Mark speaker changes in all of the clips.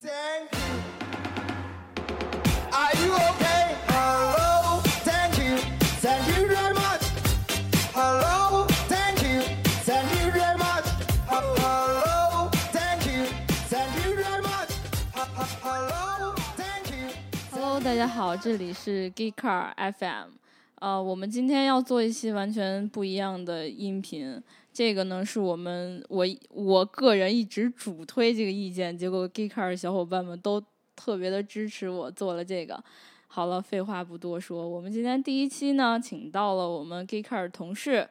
Speaker 1: Thank you. Are you okay? Hello, thank you. Thank you very much. Hello, thank you. Thank you very much. H- Hello, thank you. Thank you very much. H- h- Hello, thank you.
Speaker 2: Hello，大家好，这里是 Geek Car FM。呃，我们今天要做一期完全不一样的音频。这个呢，是我们我我个人一直主推这个意见，结果 Geek Car 的小伙伴们都特别的支持我做了这个。好了，废话不多说，我们今天第一期呢，请到了我们 Geek Car 同事，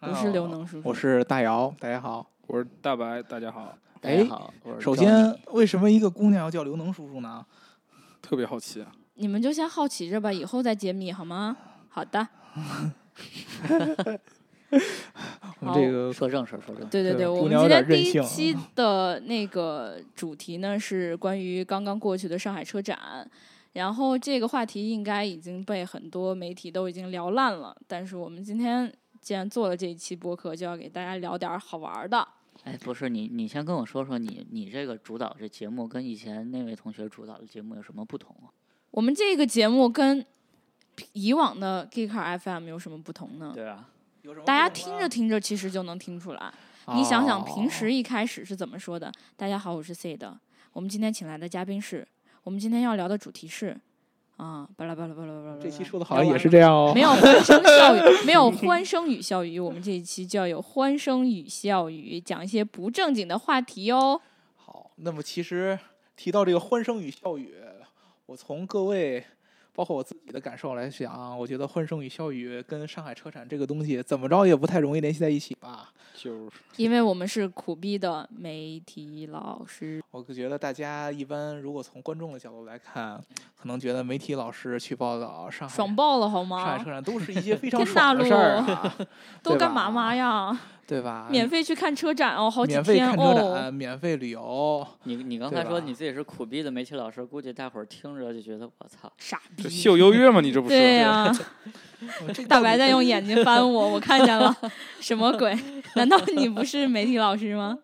Speaker 2: 不是刘能叔叔
Speaker 3: 我是大姚，大家好。
Speaker 4: 我是大白，大家好，
Speaker 3: 哎
Speaker 5: 大家好，我是
Speaker 3: 首
Speaker 5: Johnny
Speaker 3: 先，为什么一个姑娘要叫刘能叔叔呢？
Speaker 4: 特别好奇啊，
Speaker 2: 你们就先好奇着吧，以后再揭秘好吗？好 的，
Speaker 3: 我们这个
Speaker 5: 说正事儿，说正事儿。
Speaker 2: 对对
Speaker 3: 对
Speaker 2: 我
Speaker 3: 姑
Speaker 2: 们
Speaker 3: 娘
Speaker 2: 今
Speaker 3: 有
Speaker 2: 天
Speaker 3: 点
Speaker 2: 第
Speaker 3: 任
Speaker 2: 一
Speaker 3: 性啊
Speaker 2: 期的那个主题呢是关于刚刚过去的上海车展，然后这个话题应该已经被很多媒体都已经聊烂了，但是我们今天既然做了这一期播客，就要给大家聊点儿好玩儿的。
Speaker 5: 哎，不是你，你先跟我说说你你这个主导这节目跟以前那位同学主导的节目有什么不同啊？
Speaker 2: 我们这个节目跟以往的 Geeker FM 有什么不同呢？
Speaker 5: 对啊，
Speaker 2: 大家听着听着，其实就能听出来。
Speaker 3: 哦
Speaker 2: 你想想，平时一开始是怎么说的？大家好，我是 C 的。我们今天请来的嘉宾是，我们今天要聊的主题是，啊，巴拉巴拉巴拉巴拉巴拉。
Speaker 3: 这期说的好像也是这样哦
Speaker 2: 没。有欢声笑语，没有欢声语笑语。我们这一期就要有欢声语笑语，讲一些不正经的话题哦。
Speaker 3: 好，那么其实提到这个欢声与笑语，我从各位，包括我自己的感受来讲啊，我觉得欢声与笑语跟上海车展这个东西怎么着也不太容易联系在一起吧。
Speaker 4: 就是
Speaker 2: 因为我们是苦逼的媒体老师，
Speaker 3: 我觉得大家一般如果从观众的角度来看，可能觉得媒体老师去报道上海
Speaker 2: 爽爆了好
Speaker 3: 上海
Speaker 2: 吗
Speaker 3: 车？展都是一些非常
Speaker 2: 天大
Speaker 3: 爽的事儿、
Speaker 2: 陆
Speaker 3: 啊，
Speaker 2: 都
Speaker 3: 对
Speaker 2: 干
Speaker 3: 吧
Speaker 2: 嘛嘛呀？
Speaker 3: 对吧？
Speaker 2: 免费去看车展哦，好几
Speaker 3: 免费
Speaker 2: 天
Speaker 3: 看车
Speaker 2: 哦。
Speaker 3: 展，免费 旅游，
Speaker 5: 你你刚
Speaker 3: 对
Speaker 5: 才说
Speaker 3: 吧
Speaker 5: 你自己是苦逼的媒体老师，估计大伙儿听着就觉得我操，
Speaker 2: 傻
Speaker 4: 这
Speaker 2: 逼。
Speaker 4: 秀优越嘛，你这不是？
Speaker 2: 对呀、
Speaker 3: 这
Speaker 2: 大
Speaker 3: 到
Speaker 2: 白
Speaker 3: 底
Speaker 2: 在
Speaker 3: 跟
Speaker 2: 用眼睛翻我，我看见了，什么鬼？ 难道你不是媒体老师 吗？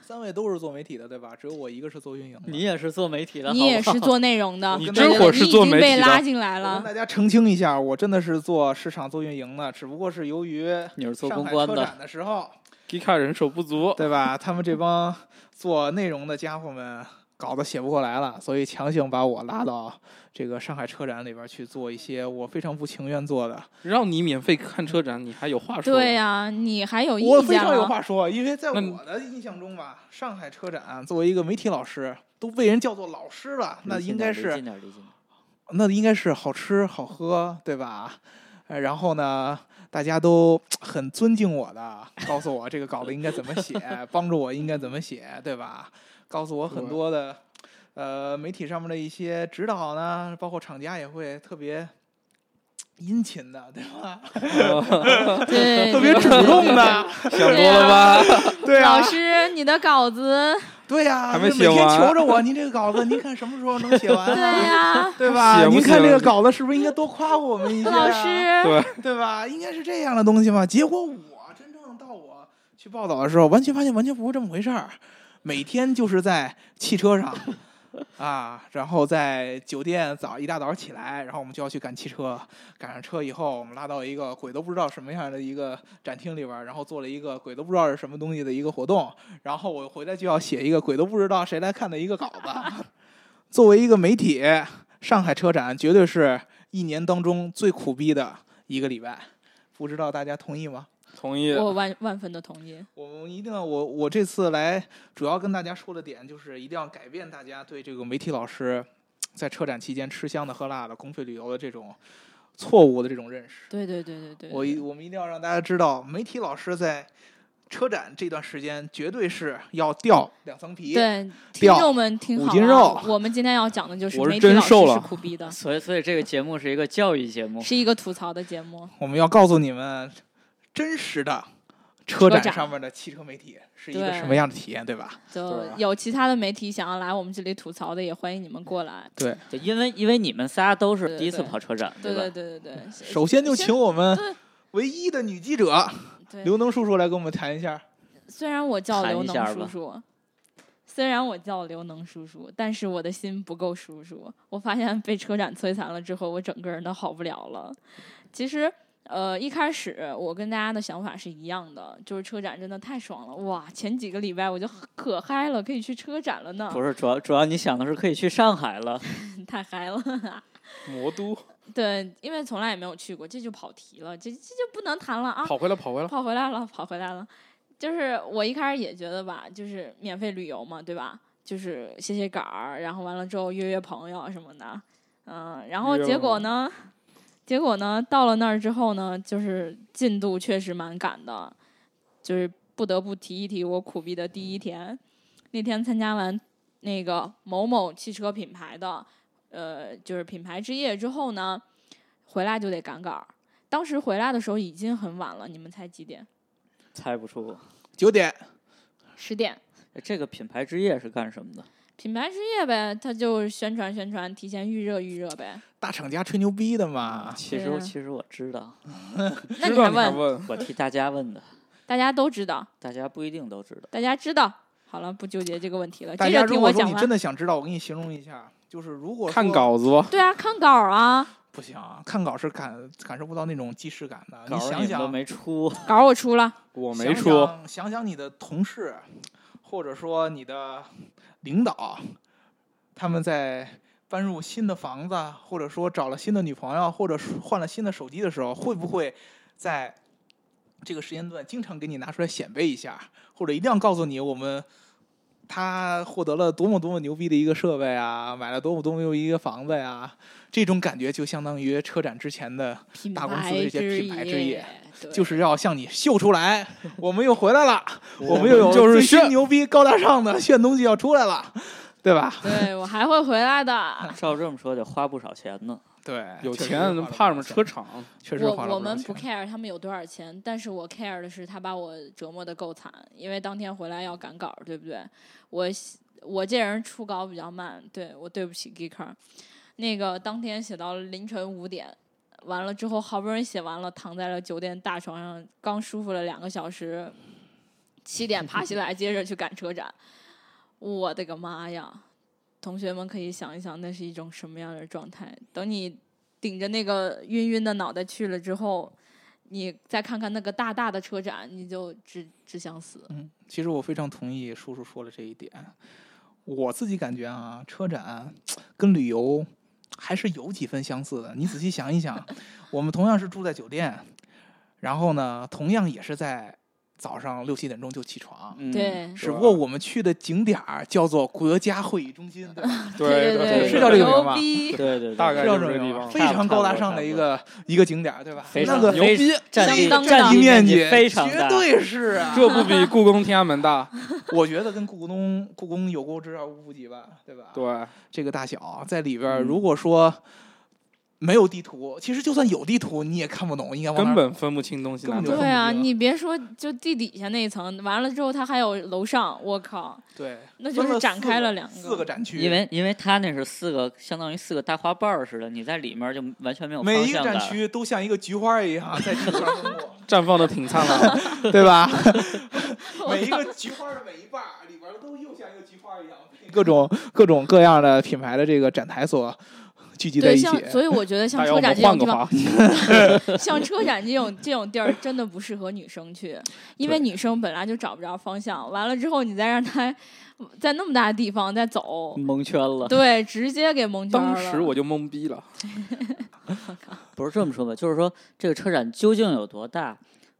Speaker 3: 三位都是做媒体的，对吧？只有我一个是做运营的。
Speaker 5: 你也是做媒体的，
Speaker 2: 你
Speaker 5: 好
Speaker 2: 也
Speaker 5: 不好
Speaker 2: 是做内容 的，
Speaker 4: 你
Speaker 2: 对
Speaker 4: 真
Speaker 2: 对
Speaker 4: 火
Speaker 2: 对
Speaker 4: 是
Speaker 2: 你已
Speaker 4: 做
Speaker 2: 经
Speaker 4: 媒
Speaker 2: 被
Speaker 4: 体
Speaker 2: 拉
Speaker 4: 的
Speaker 2: 进来
Speaker 3: 我跟
Speaker 2: 了。
Speaker 3: 大家澄清一下，我真的是做市场、做运营的，只不过是由于
Speaker 5: 你是做
Speaker 3: 上
Speaker 5: 公
Speaker 3: 海
Speaker 5: 关
Speaker 3: 车
Speaker 5: 的，
Speaker 3: 展的 时候，
Speaker 4: 迪卡人手不足，
Speaker 3: 对吧？他们这帮做内容的家伙们搞得写不过来了，所以强行把我拉到这个上海车展里边去做一些我非常不情愿做的。
Speaker 4: 让你免费看车展，你还有话说？
Speaker 2: 对呀、你还有意
Speaker 3: 我非
Speaker 2: 见啊
Speaker 3: 常有
Speaker 2: 哦吗？
Speaker 3: 话说，因为在
Speaker 4: 那你
Speaker 3: 我的印象中吧，上海车展作为一个媒体老师，都被人叫做老师了，那
Speaker 5: 离
Speaker 3: 应
Speaker 5: 近点
Speaker 3: 该
Speaker 5: 儿离
Speaker 3: 是
Speaker 5: 近点儿离近点儿
Speaker 3: 那应该是好吃好喝，对吧？呃然后呢，大家都很尊敬我的，告诉我这个稿子应该怎么 写，帮助我应该怎么写，对吧？告诉我很
Speaker 4: 对
Speaker 3: 多的，呃，媒体上面的一些指导呢，包括厂家也会特别殷勤的，对吧？
Speaker 2: 对，
Speaker 3: 特别
Speaker 2: 对
Speaker 3: 主动。的，
Speaker 4: 呃想多了吧？
Speaker 3: 对
Speaker 2: 对
Speaker 3: 啊
Speaker 2: 老，师，你的稿 子，
Speaker 3: 对呀、
Speaker 4: 还
Speaker 3: 就
Speaker 4: 没
Speaker 3: 是每
Speaker 4: 写
Speaker 3: 天
Speaker 4: 完
Speaker 3: 求着我，您这个稿子，您看什么时候能写完、
Speaker 2: 对
Speaker 3: 啊？
Speaker 2: 呀、
Speaker 3: 对吧？
Speaker 4: 写不
Speaker 3: 您看这
Speaker 4: 行
Speaker 3: 个稿子是不是应该多夸我们一下、
Speaker 2: 老
Speaker 3: 啊？
Speaker 2: 师，
Speaker 4: 对，
Speaker 3: 对吧？应该是这样的东西嘛。结果我真正到我去报道的时候，完全发现完全不是这么回事儿。每天就是在汽车上啊，然后在酒店早一大早起来，然后我们就要去赶汽车。赶上车以后，我们拉到一个鬼都不知道什么样的一个展厅里边儿，然后做了一个鬼都不知道是什么东西的一个活动。然后我回来就要写一个鬼都不知道谁来看的一个稿子。 作为一个媒体，上海车展绝对是一年当中最苦逼的一个礼拜，不知道大家同意吗？
Speaker 4: 同意。
Speaker 2: 我万万分的同意。
Speaker 3: 我们一定要，我我这次来主要跟大家说的点就是一定要改变大家对这个媒体老师在车展期间吃香的喝辣的、公费旅游的这种错误的这种认识。
Speaker 2: 对对对对对，
Speaker 3: 我一我们一定要让大家知道，媒体老师在车展这段时间绝对是要掉两层皮。
Speaker 2: 对听
Speaker 3: 掉
Speaker 2: 众们听
Speaker 3: 五
Speaker 2: 好
Speaker 3: 斤
Speaker 2: 了啊
Speaker 3: 肉
Speaker 2: 我们今天要讲的就是
Speaker 4: 我是
Speaker 2: 媒体
Speaker 4: 真
Speaker 2: 老师
Speaker 4: 瘦
Speaker 2: 是
Speaker 4: 了
Speaker 2: 苦逼的，
Speaker 5: 所以所以这个节目是一个教育节目，
Speaker 2: 是一个吐槽的节目。
Speaker 3: 我们要告诉你们，真实的车展
Speaker 2: 车展
Speaker 3: 上面的汽车媒体是一个
Speaker 2: 对呃
Speaker 3: 什么样的体验，对吧？
Speaker 2: 就
Speaker 3: 对啊吧
Speaker 2: 有其他的媒体想要来我们这里吐槽的，也欢迎你们过来。
Speaker 3: 对，
Speaker 5: 就 因为因为你们仨都
Speaker 2: 对
Speaker 5: 是第一次
Speaker 2: 对
Speaker 5: 跑车展，
Speaker 2: 对对
Speaker 5: 吧？
Speaker 2: 对对对，
Speaker 3: 首先就
Speaker 2: 先
Speaker 3: 请我们
Speaker 2: 对
Speaker 3: 唯一的女记者
Speaker 2: 对
Speaker 3: 刘能叔叔来跟我们谈一下。
Speaker 2: 虽然我叫
Speaker 5: 谈
Speaker 2: 刘
Speaker 5: 一下
Speaker 2: 能叔
Speaker 5: 吧
Speaker 2: 叔虽然我叫刘能叔叔，但是我的心不够叔叔。我发现被车展摧残了之后，我整个人都好不了了。其实，呃，一开始我跟大家的想法是一样的，就是车展真的太爽了，哇！前几个礼拜我就可嗨了，可以去车展了呢，
Speaker 5: 不是主要主要你想的是可以去上海了，
Speaker 2: 太嗨了。
Speaker 4: 魔都
Speaker 2: 对，因为从来也没有去过，这就跑题了，这这就不能谈了啊。
Speaker 4: 跑回来，跑回来，
Speaker 2: 跑回来了，跑回来了。就是我一开始也觉得吧，就是免费旅游嘛，对吧？就是写写稿儿，然后完了之后约约朋友什么的，嗯，然后
Speaker 4: 约
Speaker 2: 结
Speaker 4: 了
Speaker 2: 果
Speaker 4: 吗
Speaker 2: 呢，结果呢，到了那儿之后呢，就是进度确实蛮赶的，就是不得不提一提我苦逼的第一天。那天参加完那个某某汽车品牌的，呃，就是品牌之夜之后呢，回来就得赶稿儿。当时回来的时候已经很晚了，你们猜几点？
Speaker 5: 猜不出。哎
Speaker 3: 九点
Speaker 2: 十点。
Speaker 5: 这个品牌之夜是干什么的？
Speaker 2: 品牌之夜呗，他就宣传宣传，提前预热预热呗。
Speaker 3: 大厂家吹牛逼的嘛，
Speaker 5: 其
Speaker 2: 对
Speaker 5: 实
Speaker 2: 啊
Speaker 5: 其实我知道，
Speaker 2: 那还
Speaker 4: 知道你还
Speaker 2: 问？
Speaker 4: 问，
Speaker 5: 我替大家问的，
Speaker 2: 大家都知道，
Speaker 5: 大家不一定都知道。
Speaker 2: 大家知道。好了，不纠结这个问题了。
Speaker 3: 大
Speaker 2: 接
Speaker 3: 家
Speaker 2: 着
Speaker 3: 如
Speaker 2: 听
Speaker 3: 果说
Speaker 2: 讲
Speaker 3: 你真
Speaker 2: 完。
Speaker 3: 的想知道，我给你形容一下，就是如果
Speaker 4: 看
Speaker 3: 说
Speaker 4: 稿子吧。
Speaker 2: 对啊，看稿儿啊，
Speaker 3: 不行啊，看稿是感感受不到那种即视感
Speaker 4: 啊
Speaker 3: 的。你
Speaker 5: 稿儿
Speaker 3: 想
Speaker 5: 们都
Speaker 3: 想，
Speaker 5: 没出，
Speaker 2: 稿儿我出了，
Speaker 4: 我
Speaker 3: 我
Speaker 4: 没说，
Speaker 3: 想想想你的同事，或者说你的领导，他们在搬入新的房子，或者说找了新的女朋友，或者是换了新的手机的时候，会不会在这个时间段经常给你拿出来显摆一下，或者一定要告诉你我们？他获得了多么多么牛逼的一个设备啊，买了多么多么牛逼一个房子呀、这种感觉就相当于车展之前的
Speaker 2: 品
Speaker 3: 大公司
Speaker 2: 牌
Speaker 3: 的一些
Speaker 2: 之
Speaker 3: 品牌之夜，
Speaker 2: 对
Speaker 3: 就是要向你秀出来，我们又回来了， 我们
Speaker 4: 们
Speaker 3: 又有
Speaker 4: 就是
Speaker 3: 最新
Speaker 4: 炫
Speaker 3: 牛逼、高大上的炫东西要出来了，对吧？
Speaker 2: 对我还会回来的。
Speaker 5: 照这么说得花不少钱 呢。
Speaker 3: 对，
Speaker 4: 有
Speaker 3: 确实
Speaker 4: 钱
Speaker 3: 花了
Speaker 4: 怕什
Speaker 3: 不
Speaker 4: 么
Speaker 3: 少
Speaker 4: 车
Speaker 3: 钱？
Speaker 4: 厂？
Speaker 3: 确实花
Speaker 2: 我
Speaker 3: 了
Speaker 2: 我
Speaker 3: 不少
Speaker 2: 们不
Speaker 3: 钱
Speaker 2: care 他们有多少钱，但是我 care 的是他把我折磨的够惨，因为当天回来要赶稿儿，对不对？我喜我这人出稿比较慢，对我对不起 Geeker。那个当天写到凌晨五点，完了之后好不容易写完了，躺在了酒店大床上，刚舒服了两个小时，七点爬起来接着去赶车展，我的个妈呀！同学们可以想一想，那是一种什么样的状态？等你顶着那个晕晕的脑袋去了之后，你再看看那个大大的车展，你就只只想死。
Speaker 3: 嗯，其实我非常同意叔叔说的这一点。我自己感觉啊，车展跟旅游还是有几分相似的。你仔细想一想， 我们同样是住在酒店，然后呢，同样也是在早上六七点钟就起床，
Speaker 4: 嗯
Speaker 2: 对
Speaker 3: 只不过我们去的景点儿叫做国家会议中心，对吧？
Speaker 4: 对
Speaker 2: 对
Speaker 5: 对
Speaker 4: 对，
Speaker 5: 是
Speaker 3: 叫这个名
Speaker 2: 牛
Speaker 3: 吧
Speaker 2: 逼！
Speaker 5: 对对对，
Speaker 4: 大概
Speaker 3: 是叫
Speaker 4: 就
Speaker 3: 这个
Speaker 4: 是这地
Speaker 3: 名儿
Speaker 4: 方
Speaker 3: 啊非
Speaker 5: 差不
Speaker 3: 常
Speaker 5: 多
Speaker 3: 高大
Speaker 5: 差
Speaker 3: 上
Speaker 5: 不
Speaker 3: 的
Speaker 5: 多
Speaker 3: 一个一个景点儿，对吧？
Speaker 5: 非
Speaker 3: 那
Speaker 5: 常
Speaker 3: 个
Speaker 5: 牛逼，占
Speaker 2: 相
Speaker 5: 地
Speaker 2: 当
Speaker 3: 占
Speaker 2: 大
Speaker 3: 地面积
Speaker 5: 积非常
Speaker 3: 绝
Speaker 5: 大。
Speaker 3: 对是啊！
Speaker 4: 这不比故宫天安门大？
Speaker 3: 我觉得跟故宫故宫有过之而无不及吧，对吧？
Speaker 4: 对，
Speaker 3: 这个大小啊在里边儿，
Speaker 5: 嗯
Speaker 3: 如果说没有地图，其实就算有地图，你也看不懂，应该往哪
Speaker 4: 根
Speaker 3: 儿
Speaker 4: 本分不清东西
Speaker 3: 根
Speaker 4: 南
Speaker 3: 本
Speaker 4: 北
Speaker 3: 就。
Speaker 2: 对啊，
Speaker 3: 对
Speaker 2: 你别说，就地底下那一层，完了之后它还有楼上，我靠，
Speaker 3: 对，
Speaker 2: 那就
Speaker 3: 分了
Speaker 2: 是展
Speaker 3: 四
Speaker 2: 开了两
Speaker 3: 四个展区，
Speaker 5: 因为因为它那是四个，相当于四个大花瓣儿似的，你在里面就完全没有
Speaker 3: 每
Speaker 5: 方
Speaker 3: 一个
Speaker 5: 向
Speaker 3: 展
Speaker 5: 感。
Speaker 3: 区都像一个菊花一样 在地图上分布，
Speaker 4: 绽放的挺灿烂，
Speaker 3: 对吧？
Speaker 2: 我
Speaker 3: 每一
Speaker 2: 靠，
Speaker 3: 个菊花的每一瓣儿里边儿都又像一个菊花一样， 被各种各种各样的品牌的这个展台所聚集在
Speaker 2: 对，
Speaker 3: 一起。
Speaker 2: 像所以我觉得像
Speaker 4: 大家
Speaker 2: 车展
Speaker 4: 我们
Speaker 2: 这
Speaker 4: 换
Speaker 2: 种地
Speaker 4: 个
Speaker 2: 方，
Speaker 4: 话，
Speaker 2: 像车展这 种这种地儿，真的不适合女生去，因为
Speaker 3: 对
Speaker 2: 女生本来就找不着方向，完了之后你再让她 在那么大的地方再走，
Speaker 5: 蒙圈了，
Speaker 2: 对，直接给蒙圈
Speaker 4: 嗯当
Speaker 2: 了。
Speaker 4: 时我就懵逼了。
Speaker 5: 不是这么说吧？就是说这个车展究竟有多大？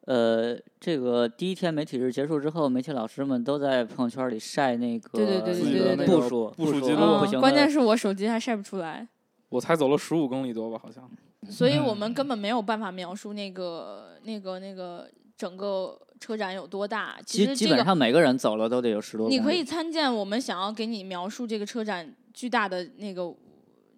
Speaker 5: 呃，这个第一天媒体日结束之后，媒体老师们都在朋友圈里晒那个
Speaker 2: 对对对对
Speaker 5: 那
Speaker 2: 对
Speaker 5: 个
Speaker 2: 对对
Speaker 5: 步数
Speaker 4: 步数
Speaker 5: 数
Speaker 4: 记录
Speaker 5: 不行
Speaker 2: 嗯，
Speaker 5: 的，
Speaker 2: 关键是我手机还晒不出来，
Speaker 4: 我才走了十五公里多吧，好像。
Speaker 2: 所以我们
Speaker 5: 嗯
Speaker 2: 根本没有办法描述那个那个那个整个车展有多大。其
Speaker 5: 基
Speaker 2: 实
Speaker 5: 基
Speaker 2: 这
Speaker 5: 本
Speaker 2: 个
Speaker 5: 上每个人走了都得有十多公里。
Speaker 2: 你可以参见我们想要给你描述这个车展巨大的那个，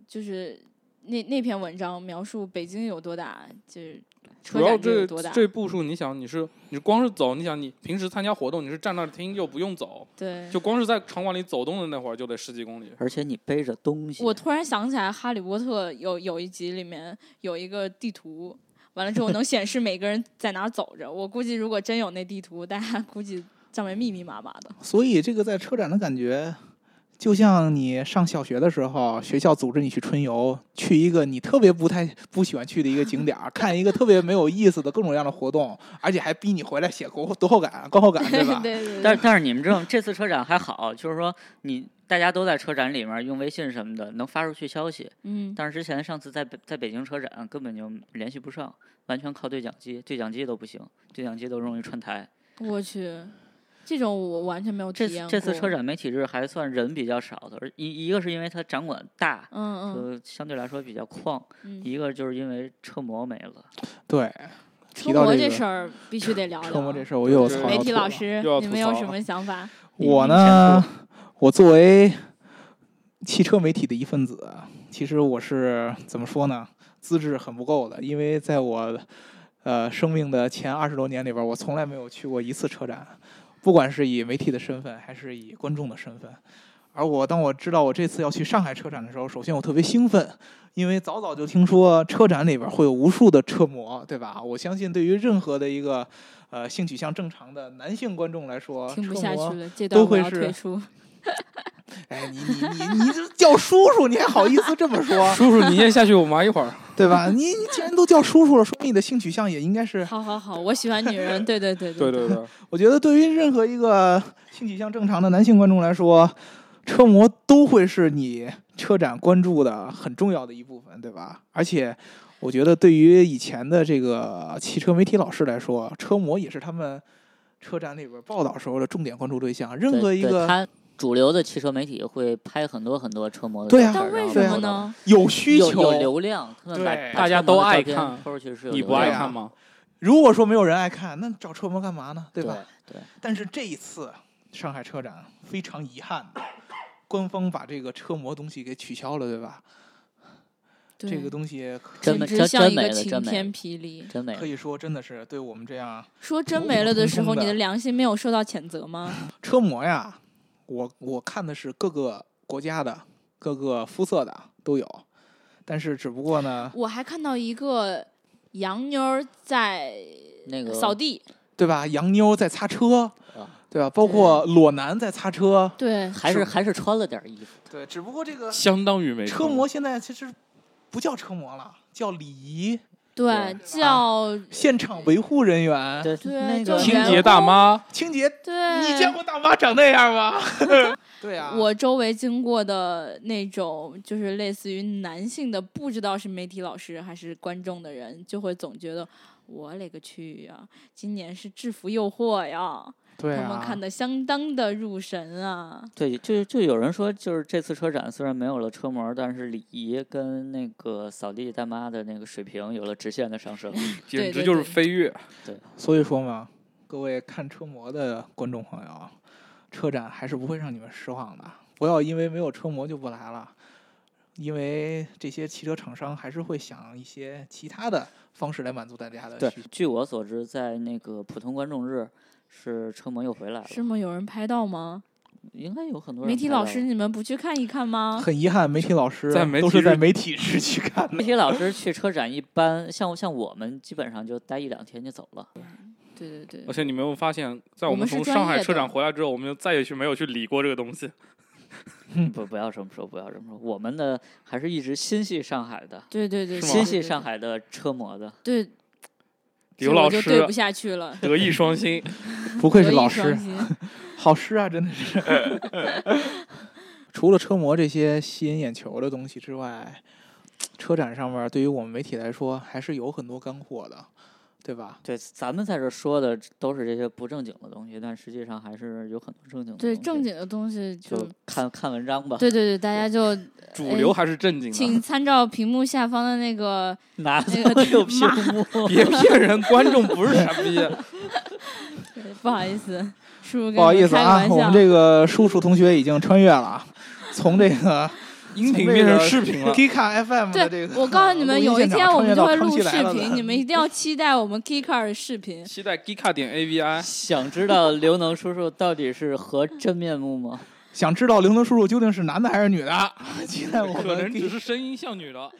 Speaker 2: 就是那那篇文章描述北京有多大，就是车
Speaker 4: 主要
Speaker 2: 展就
Speaker 4: 这
Speaker 2: 有多大。
Speaker 4: 这步数，你想，你是你光是走，你想你平时参加活动，你是站那儿听又不用走，
Speaker 2: 对，
Speaker 4: 就光是在场馆里走动的那会儿就得十几公里。
Speaker 5: 而且你背着东西，
Speaker 2: 我突然想起来，《哈利波特有》有一集里面有一个地图，完了之后能显示每个人在哪儿走着。我估计如果真有那地图，大家估计上面密密麻麻的。
Speaker 3: 所以这个在车展的感觉，就像你上小学的时候，学校组织你去春游，去一个你特别不太不喜欢去的一个景点儿，看一个特别没有意思的各种各样的活动，而且还逼你回来写读读后感、观后感，对 吧？
Speaker 2: 对对
Speaker 5: 但
Speaker 2: 对
Speaker 5: 是但是你们这种这次车展还好，就是说你大家都在车展里面用微信什么的能发出去消息，
Speaker 2: 嗯，
Speaker 5: 但是之前上次在北在北京车展根本就联系不上，完全靠对讲机，对讲机都不行，对讲机都容易串台。
Speaker 2: 我去，这种我完全没有
Speaker 5: 这
Speaker 2: 体验
Speaker 5: 次
Speaker 2: 过。
Speaker 5: 这次车，展媒体日还算人比较少的，而一一个是因为它展馆大，
Speaker 2: 嗯嗯
Speaker 5: 呃，相对来说比较旷；
Speaker 2: 嗯，
Speaker 5: 一个就是因为车模没了。
Speaker 3: 对，
Speaker 2: 车
Speaker 3: 提到
Speaker 2: 模
Speaker 3: 这
Speaker 2: 这
Speaker 3: 个
Speaker 2: 事儿必须得聊聊。
Speaker 3: 车模这事儿，我又有
Speaker 4: 对
Speaker 3: 槽
Speaker 4: 儿
Speaker 2: 媒
Speaker 3: 要
Speaker 2: 体
Speaker 3: 吐
Speaker 2: 老
Speaker 3: 了啊
Speaker 2: 师
Speaker 4: 又要，
Speaker 2: 你
Speaker 4: 吐
Speaker 2: 们有
Speaker 4: 槽
Speaker 2: 什
Speaker 4: 了
Speaker 2: 么想法？
Speaker 5: 你
Speaker 3: 我
Speaker 5: 你先
Speaker 3: 呢，我作为汽车媒体的一份子，其实我是怎么说呢？资质很不够的，因为在我呃生命的前二十多年里边，我从来没有去过一次车展，不管是以媒体的身份，还是以观众的身份。而我当我知道我这次要去上海车展的时候，首先我特别兴奋，因为早早就听说车展里边会有无数的车模，对吧？我相信对于任何的一个呃性取向正常的男性观众来说，
Speaker 2: 听不
Speaker 3: 车
Speaker 2: 下
Speaker 3: 模
Speaker 2: 去了，这段我
Speaker 3: 都会
Speaker 2: 要
Speaker 3: 是
Speaker 2: 退 出。
Speaker 3: 哎，你你你你这叫叔叔，你还好意思这么说，
Speaker 4: 叔叔，你先下去，我忙一会儿。
Speaker 3: 对吧？你你既然都叫叔叔了，说明你的性取向也应该是……
Speaker 2: 好好好，我喜欢女人，对对对
Speaker 4: 对
Speaker 2: 对
Speaker 4: 对 对，
Speaker 3: 我觉得对于任何一个性取向正常的男性观众来说，车模都会是你车展关注的很重要的一部分，对吧？而且，我觉得对于以前的这个汽车媒体老师来说，车模也是他们车展里边报道时候的重点关注对象。任
Speaker 5: 对
Speaker 3: 何一
Speaker 5: 对
Speaker 3: 个
Speaker 5: 它主流的汽车媒体会拍很多很多车模的
Speaker 3: 对
Speaker 5: 照
Speaker 3: 啊
Speaker 5: 片
Speaker 2: 但
Speaker 5: 儿然
Speaker 2: 为
Speaker 5: 后
Speaker 2: 什
Speaker 3: 对
Speaker 2: 么
Speaker 5: 放到
Speaker 2: 呢？
Speaker 3: 有需
Speaker 5: 有
Speaker 3: 求，
Speaker 5: 有流量，他们把
Speaker 3: 对
Speaker 5: 把
Speaker 4: 大家
Speaker 5: 车模
Speaker 4: 都
Speaker 5: 的
Speaker 4: 爱
Speaker 5: 照片
Speaker 4: 看
Speaker 5: 抛出去是有
Speaker 4: 你
Speaker 5: 流
Speaker 4: 不爱
Speaker 5: 量
Speaker 4: 看
Speaker 5: 的
Speaker 4: 吗？
Speaker 3: 如果说没有人爱看，那找车模干嘛呢？对
Speaker 5: 对
Speaker 3: 吧？
Speaker 5: 对，
Speaker 3: 但是这一次上海车展非常遗憾的，官方把这个车模东西给取消了，对吧？
Speaker 2: 对
Speaker 3: 这个东西可
Speaker 5: 真
Speaker 2: 简
Speaker 5: 没
Speaker 2: 直
Speaker 5: 真
Speaker 2: 像
Speaker 5: 真
Speaker 2: 一
Speaker 5: 没
Speaker 2: 个
Speaker 5: 了
Speaker 2: 晴
Speaker 5: 真没
Speaker 2: 天
Speaker 5: 了
Speaker 2: 霹雳。
Speaker 5: 真没了
Speaker 3: 可。以说真的是对我们这样
Speaker 2: 说真没了的时
Speaker 3: 普
Speaker 2: 候，
Speaker 3: 普通通的
Speaker 2: 你的良心没有受到谴责吗？
Speaker 3: 车模呀，我我看的是各个国家的、各个肤色的都有，但是只不过呢，
Speaker 2: 我还看到一个洋妞儿在
Speaker 5: 那个
Speaker 2: 扫地，
Speaker 3: 对吧？洋妞在擦车
Speaker 5: 啊，
Speaker 3: 对吧？包括裸男在擦车，
Speaker 2: 对，
Speaker 5: 还
Speaker 3: 是
Speaker 5: 是还是穿了点衣服，
Speaker 3: 对，只不过这个
Speaker 4: 相当于没
Speaker 3: 车模现在其实不叫车模了，叫礼仪
Speaker 2: 对，叫
Speaker 3: 现场维护人员、
Speaker 5: 对
Speaker 2: 对
Speaker 5: 那
Speaker 2: 就
Speaker 5: 个
Speaker 2: 是
Speaker 4: 清洁大妈，
Speaker 3: 清洁
Speaker 2: 对，
Speaker 3: 你见过大妈长那样吗？ 对啊，
Speaker 2: 嗯我周围经过的那种，就是类似于男性的，不知道是媒体老师还是观众的人，就会总觉得我勒个去呀、今年是制服诱惑呀、
Speaker 3: 对啊
Speaker 2: 他们看的相当的入神啊。
Speaker 5: 对，就就有人说，就是这次车展虽然没有了车模，但是礼仪跟那个扫地大妈的那个水平有了直线的上升。
Speaker 2: 对
Speaker 4: 简直就是
Speaker 2: 对
Speaker 4: 飞跃。
Speaker 3: 所以说嘛，各位看车模的观众朋友啊，车展还是不会让你们失望的。不要因为没有车模就不来了，因为这些汽车厂商还是会想一些其他的方式来满足大家的
Speaker 5: 对
Speaker 3: 需求。，
Speaker 5: 据我所知，在那个普通观众日，是车模又回来了，
Speaker 2: 是吗？有人拍到吗？
Speaker 5: 应该有很多人
Speaker 2: 媒体
Speaker 5: 拍到
Speaker 2: 老师，
Speaker 5: 了。
Speaker 2: 你们不去看一看吗？
Speaker 3: 很遗憾，媒体老师
Speaker 4: 在媒体
Speaker 3: 都是在
Speaker 4: 日
Speaker 3: 媒体日去看
Speaker 5: 媒
Speaker 3: 的。
Speaker 5: 体老师去车展一般，像像我们基本上就待一两天就走了。
Speaker 2: 对对对
Speaker 4: 而，且你没有发现，在
Speaker 2: 我
Speaker 4: 我
Speaker 2: 们
Speaker 4: 们
Speaker 2: 是
Speaker 4: 从
Speaker 2: 专
Speaker 4: 上
Speaker 2: 业
Speaker 4: 海
Speaker 2: 的
Speaker 4: 车展回来之后，我们就再也去没有去理过这个东西。
Speaker 5: 不不要这么说，不要这么说，我们的还是一直心系上海的，
Speaker 2: 对对对，
Speaker 4: 是吗
Speaker 5: 心系上海的车模的。
Speaker 2: 对。对，
Speaker 4: 刘老
Speaker 2: 所以我就对
Speaker 4: 师
Speaker 2: 不下去了，
Speaker 4: 德艺 双馨，
Speaker 3: 不愧是
Speaker 2: 德艺
Speaker 3: 老
Speaker 2: 双
Speaker 3: 师，
Speaker 2: 馨
Speaker 3: 好诗啊，真 的是。除了车模这些吸引眼球的东西之外，车展上面对于我们媒体来说还是有很多干货的，对吧？
Speaker 5: 对，咱们在这说的都是这些不正经的东西，但实际上还是有很多正经的。
Speaker 2: 对 正经的东西就
Speaker 5: 就，看看文章吧，
Speaker 2: 对对对，大家就
Speaker 4: 主流还是正经
Speaker 2: 哎
Speaker 4: 的，
Speaker 2: 请 参照屏幕下方的那个
Speaker 5: 拿
Speaker 2: 那
Speaker 5: 错有屏幕。
Speaker 4: 别骗人，观众不是 傻逼。
Speaker 2: 不好意思，叔叔跟
Speaker 3: 不好
Speaker 2: 你
Speaker 3: 意
Speaker 2: 们
Speaker 3: 思
Speaker 2: 开个
Speaker 3: 啊，
Speaker 2: 玩
Speaker 3: 我们
Speaker 2: 笑。
Speaker 3: 这个叔叔同学已经穿越了，啊，从 这个
Speaker 4: 音频变成视频了，
Speaker 3: Kika FM 的这
Speaker 2: 对，
Speaker 3: 个，
Speaker 2: 我告诉你们，有一天我们就会录视
Speaker 3: 录音现场穿越到康熙来了
Speaker 2: 频，你们一定要期待我们 Kikar 的视频。
Speaker 4: 期待 Gika 点 AVI。
Speaker 5: 想知道刘能叔叔到底是何真面目吗？
Speaker 3: 想知道灵能叔叔究竟是男的还是女的？期待我
Speaker 4: 可能
Speaker 3: 们
Speaker 4: 只是声音像女的，